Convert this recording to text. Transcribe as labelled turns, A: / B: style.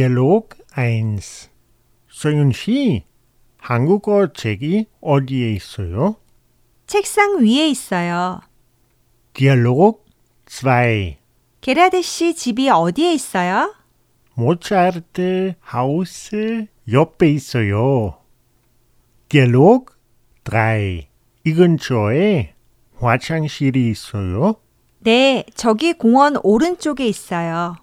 A: Dialog 1 소윤 씨, 한국어 책이 어디에 있어요?
B: 책상 위에 있어요.
A: Dialog 2
B: 게라드 씨 집이 어디에 있어요?
A: 모차르트 하우스 옆에 있어요. Dialog 3 이 근처에 화장실이 있어요?
B: 네, 저기 공원 오른쪽에 있어요.